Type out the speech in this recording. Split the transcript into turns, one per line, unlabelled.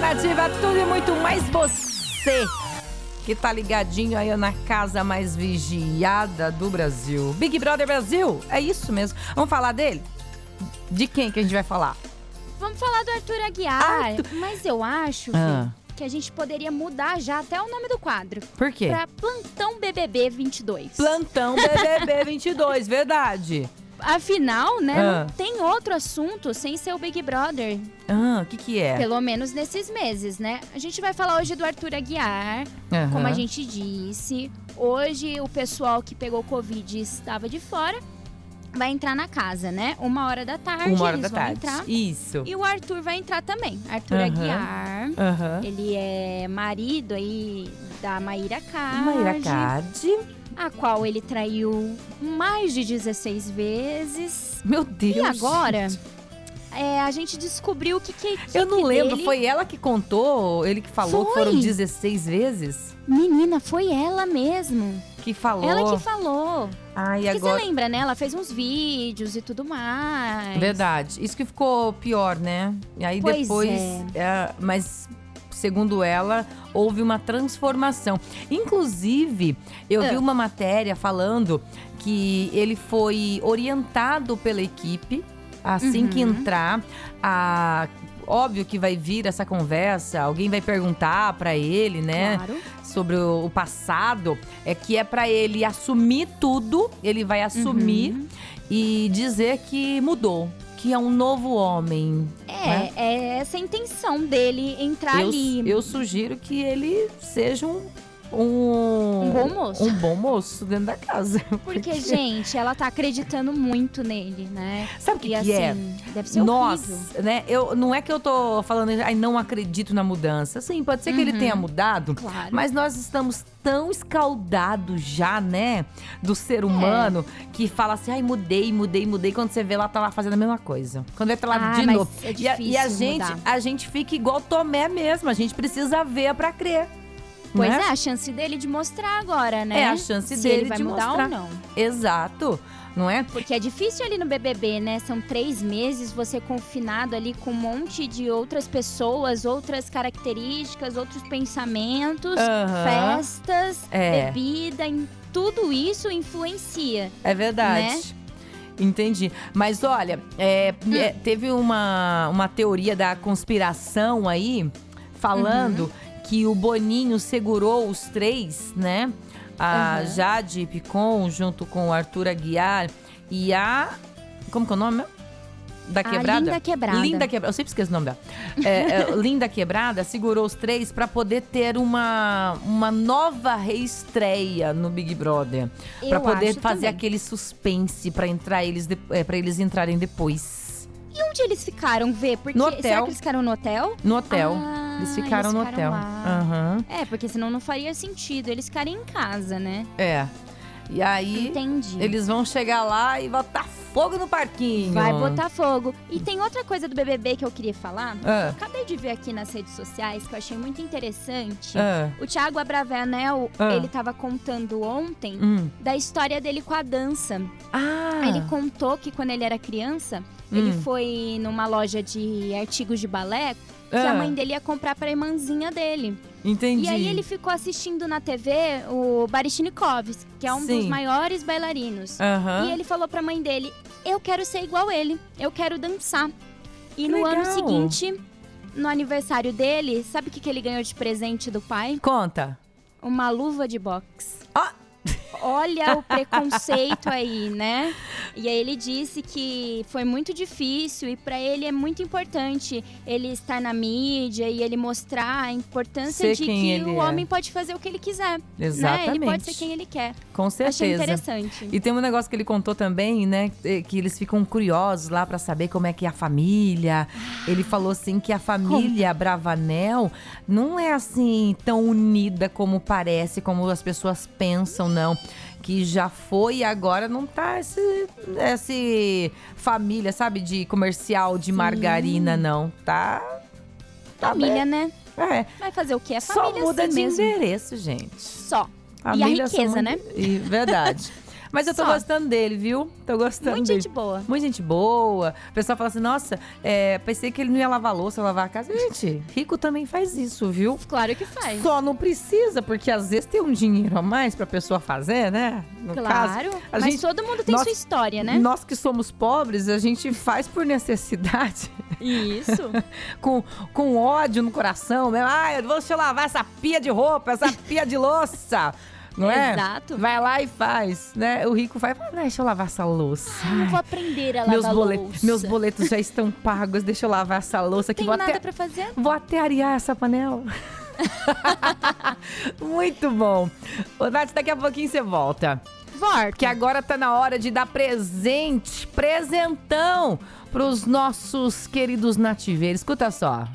Nativa, tudo e muito mais você que tá ligadinho aí na casa mais vigiada do Brasil. Big Brother Brasil, é isso mesmo. Vamos falar dele? De quem que a gente vai falar?
Vamos falar do Arthur Aguiar.
Arthur-
Mas eu acho Fê,
Ah.
que a gente poderia mudar já até o nome do quadro.
Por quê?
Pra Plantão BBB 22.
Plantão BBB 22, verdade.
Afinal, né,
Ah.
não tem outro assunto sem ser o Big Brother.
Ah, o que que é?
Pelo menos nesses meses, né? A gente vai falar hoje do Arthur Aguiar,
Aham.
como a gente disse. Hoje o pessoal que pegou Covid estava de fora. Vai entrar na casa, né? Uma hora da tarde
Uma hora da
eles vão
tarde.
entrar.
Isso.
E o Arthur vai entrar também. Arthur
Aham.
Aguiar.
Aham.
Ele é marido aí da Maíra Card,
Maíra Card.
a qual ele traiu mais de 16 vezes.
Meu Deus.
e agora,
gente.
é, a gente descobriu que que a equipe
Eu não lembro,
dele-
foi ela que contou, ele que falou que foram
Foi.
16 vezes?
Menina, foi ela mesmo.
Que falou.
Ela que falou.
Ai,
Porque
agora.
você lembra, né? Ela fez uns vídeos e tudo mais.
Verdade. Isso que ficou pior, né? E aí
Pois
depois. é, mas, segundo ela, houve uma transformação. Inclusive, eu
Ah.
vi uma matéria falando que ele foi orientado pela equipe assim que
Uhum.
entrar. A... Óbvio que vai vir essa conversa, alguém vai perguntar pra ele, né?
Claro.
sobre o o passado é que é pra ele assumir tudo, ele vai assumir
Uhum.
e dizer que mudou, que é um novo homem. Né?
É, é essa a intenção dele entrar
eu,
ali.
eu sugiro que ele seja um
Um
um,
bom moço.
um bom moço dentro da casa.
Porque, gente, ela tá acreditando muito nele, né?
sabe o que,
E assim,
que é?
deve ser horrível.
Nós, né? Eu não é que eu tô falando, ai, não acredito na mudança. Sim, pode ser que ele
Uhum.
tenha mudado,
Claro.
Mas nós estamos tão escaldados já, né? Do ser
É.
humano que fala assim: ai, mudei, mudei, mudei. Quando você vê lá, tá lá fazendo a mesma coisa. Quando vê, tá lá
Ah,
de
mas
novo.
É
E a,
difícil
e a gente,
mudar.
a gente fica igual Tomé mesmo. A gente precisa ver pra crer.
Pois
né?
é, a chance dele de mostrar agora, né?
É a chance
Se
dele
ele vai
de
mudar
mostrar.
ou não.
Exato. Não é?
Porque é difícil ali no BBB, né? São três meses você confinado ali com um monte de outras pessoas, outras características, outros pensamentos,
Aham.
festas,
É.
bebida, em tudo isso influencia.
É
Né?
verdade. Entendi. Mas olha, é,
Hum.
é, teve uma, uma teoria da conspiração aí, falando
Uhum.
que o Boninho segurou os três, né? A
Uhum.
Jade Picon, junto com o Arthur Aguiar e a. Como que é o nome? mesmo? Da
A
Quebrada?
linda quebrada.
Linda Quebrada, eu sempre esqueço o nome dela. É, é, Linda Quebrada segurou os três pra poder ter uma, uma nova reestreia no Big Brother. Pra
Eu
poder
acho
fazer
também.
aquele suspense pra entrar eles de- é, para eles entrarem depois
E onde eles ficaram, Vê? Porque
No
será
hotel.
que eles ficaram no hotel?
no hotel.
Ah,
eles ficaram no hotel. Ah.
lá.
Aham.
É, porque senão não faria sentido eles ficarem em casa, né?
É. E aí
Entendi.
eles vão chegar lá e botar fogo no parquinho.
Vai botar fogo. E tem outra coisa do BBB que eu queria falar.
Ah,
Acabei de ver aqui nas redes sociais que eu achei muito interessante.
ah,
O Thiago Abravanel,
Ah.
ele tava contando ontem
hum.
da história dele com a dança.
Ah,
Aí Ele contou que quando ele era criança, ele
Hum.
foi numa loja de artigos de balé que
ah,
a mãe dele ia comprar pra irmãzinha dele.
Entendi.
E aí ele ficou assistindo na TV o Baryshnikovs, que é um dos
Sim.
maiores bailarinos.
Aham.
E ele falou pra mãe dele: Eu quero ser igual ele, eu quero dançar. E
Que
no ano
legal.
seguinte, no aniversário dele, sabe o que, que ele ganhou de presente do pai?
Conta.
Uma luva de boxe.
Ah!
Olha o preconceito aí, né? E aí ele disse que foi muito difícil e pra ele é muito importante ele estar na mídia e ele mostrar a importância
Ser
de
quem
que
ele
o
é.
homem pode fazer o que ele quiser,
Exatamente.
né? Ele pode ser quem ele quer.
Com
Achei
certeza.
interessante.
E tem um negócio que ele contou também, né? eh, Que eles ficam curiosos lá pra saber como é que é a família. Ele falou assim que a família Bravanel não é assim tão unida como parece, como as pessoas pensam, não. Que já foi e agora não tá esse, esse família, sabe, de comercial de margarina, não. Tá. Tá
Família, né?
bem. É.
Vai fazer o quê? É
Só
família
muda
assim
de
mesmo.
endereço, gente.
Só.
Família
riqueza,
são-
né?
E, verdade. Mas eu tô
Só.
gostando dele, viu? Tô gostando
Muito
dele.
gente boa.
Muita gente boa. O pessoal fala assim, nossa, é, pensei que ele não ia lavar a louça, lavar a casa. Gente, rico também faz isso, viu?
Claro que faz.
Só não precisa, porque às vezes tem um dinheiro a mais pra pessoa fazer, né? No caso.
claro.
a
mas
gente-
todo mundo tem
nós-
sua história, né?
Nós que somos pobres, a gente faz por necessidade,
Isso.
com, com ódio no coração, né? Ah, eu vou deixa eu lavar essa pia de roupa, essa pia de louça. Não é?
Exato.
Vai lá e faz, né? O rico vai, ah, deixa eu lavar essa louça.
Não
Ai,
vou aprender a Ah, lavar
meus, bolet-
louça.
meus boletos já estão pagos, deixa eu lavar essa louça que
Tem
vou
nada
até,
pra fazer?
vou até arear essa panela. Muito bom. Ô, Nath, daqui a pouquinho você volta.
Volta.
Que agora tá na hora de dar presente, presentão pros nossos queridos nativeiros. Escuta só.